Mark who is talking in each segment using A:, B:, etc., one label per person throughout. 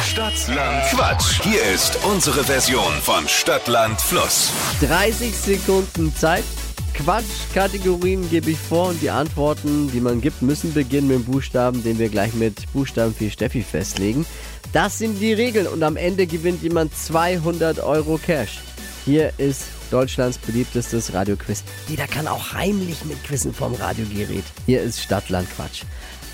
A: Stadtland Quatsch. Hier ist unsere Version von Stadtland Fluss.
B: 30 Sekunden Zeit. Quatschkategorien gebe ich vor und die Antworten, die man gibt, müssen beginnen mit dem Buchstaben, den wir gleich mit Buchstaben für Steffi festlegen. Das sind die Regeln und am Ende gewinnt jemand 200 Euro Cash. Hier ist Deutschlands beliebtestes Radioquiz. Jeder kann auch heimlich mitquissen vom Radiogerät. Hier ist Stadtland Quatsch.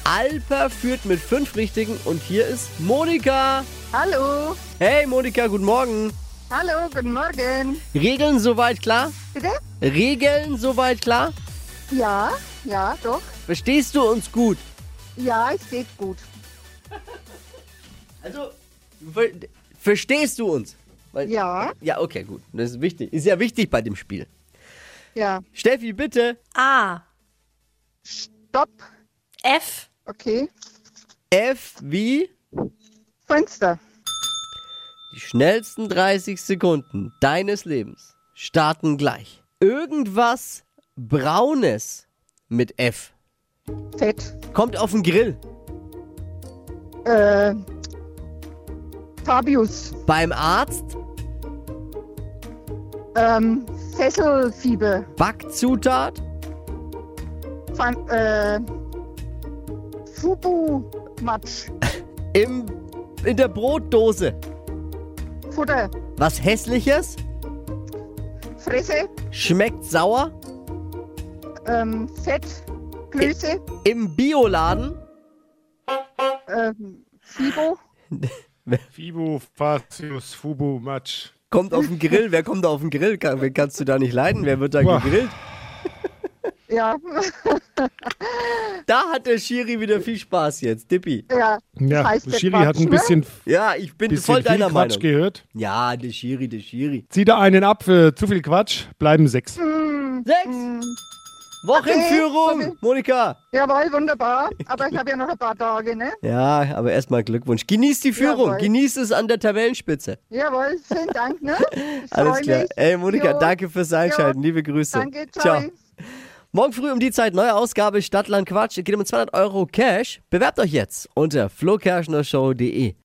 B: Alper führt mit fünf Richtigen und hier ist Monika.
C: Hallo.
B: Hey Monika, guten Morgen.
C: Hallo, guten Morgen.
B: Regeln soweit klar?
C: Bitte?
B: Regeln soweit klar?
C: Ja, ja, doch.
B: Verstehst du uns gut?
C: Ja, es geht gut.
B: Also, ver verstehst du uns? Weil-
C: Ja.
B: Ja, okay, gut. Das ist wichtig. Ist ja wichtig bei dem Spiel.
C: Ja.
B: Steffi, bitte.
D: A.
C: Stopp.
D: F.
C: Okay.
B: F wie
C: Fenster.
B: die schnellsten 30 Sekunden deines Lebens starten gleich. Irgendwas Braunes mit F
C: Fett.
B: kommt auf den Grill
C: Äh, Fabius.
B: beim Arzt,
C: Ähm, Sesselfieber.
B: Backzutat,
C: Fan, äh, Fubu-Matsch.
B: im, in der Brotdose.
C: Futter.
B: Was hässliches,
C: Fresse.
B: schmeckt sauer,
C: Ähm, Fett. Klöße.
B: im Bioladen.
C: Ähm, Fibo.
E: Fibo, Facius, Fubo, Matsch.
B: Kommt auf den Grill. Wer kommt da auf den Grill? Kann, wen kannst du da nicht leiden? Wer wird da
E: Boah.
B: gegrillt?
C: Ja.
B: Da hat der Schiri wieder viel Spaß jetzt. Dippi.
C: ja.
E: Ja,
C: Heißt der
E: Schiri
C: Quatsch,
E: hat ein
C: ne?
E: bisschen,
B: Ja, ich bin
E: bisschen
B: voll
E: viel
B: deiner
E: Quatsch
B: Meinung.
E: gehört.
B: Ja, der Schiri, der Schiri.
E: Zieh da einen ab für zu viel Quatsch, bleiben sechs.
B: Sechs. Wochenführung,
C: Hm. Okay.
B: Monika.
C: Jawohl, wunderbar. Aber ich habe ja noch ein paar Tage, ne?
B: Ja, aber erstmal Glückwunsch. Genieß die Führung.
C: Jawohl.
B: Genieß es an der Tabellenspitze.
C: Jawohl, vielen Dank, ne? Ich
B: Alles
C: freu
B: klar.
C: mich.
B: Ey, Monika,
C: Jo,
B: danke fürs Einschalten.
C: Jo.
B: Liebe Grüße.
C: Danke, ciao. ciao.
B: Morgen früh um die Zeit, neue Ausgabe Stadtland Quatsch. Geht um 200 Euro Cash. Bewerbt euch jetzt unter flokerschnershow.de.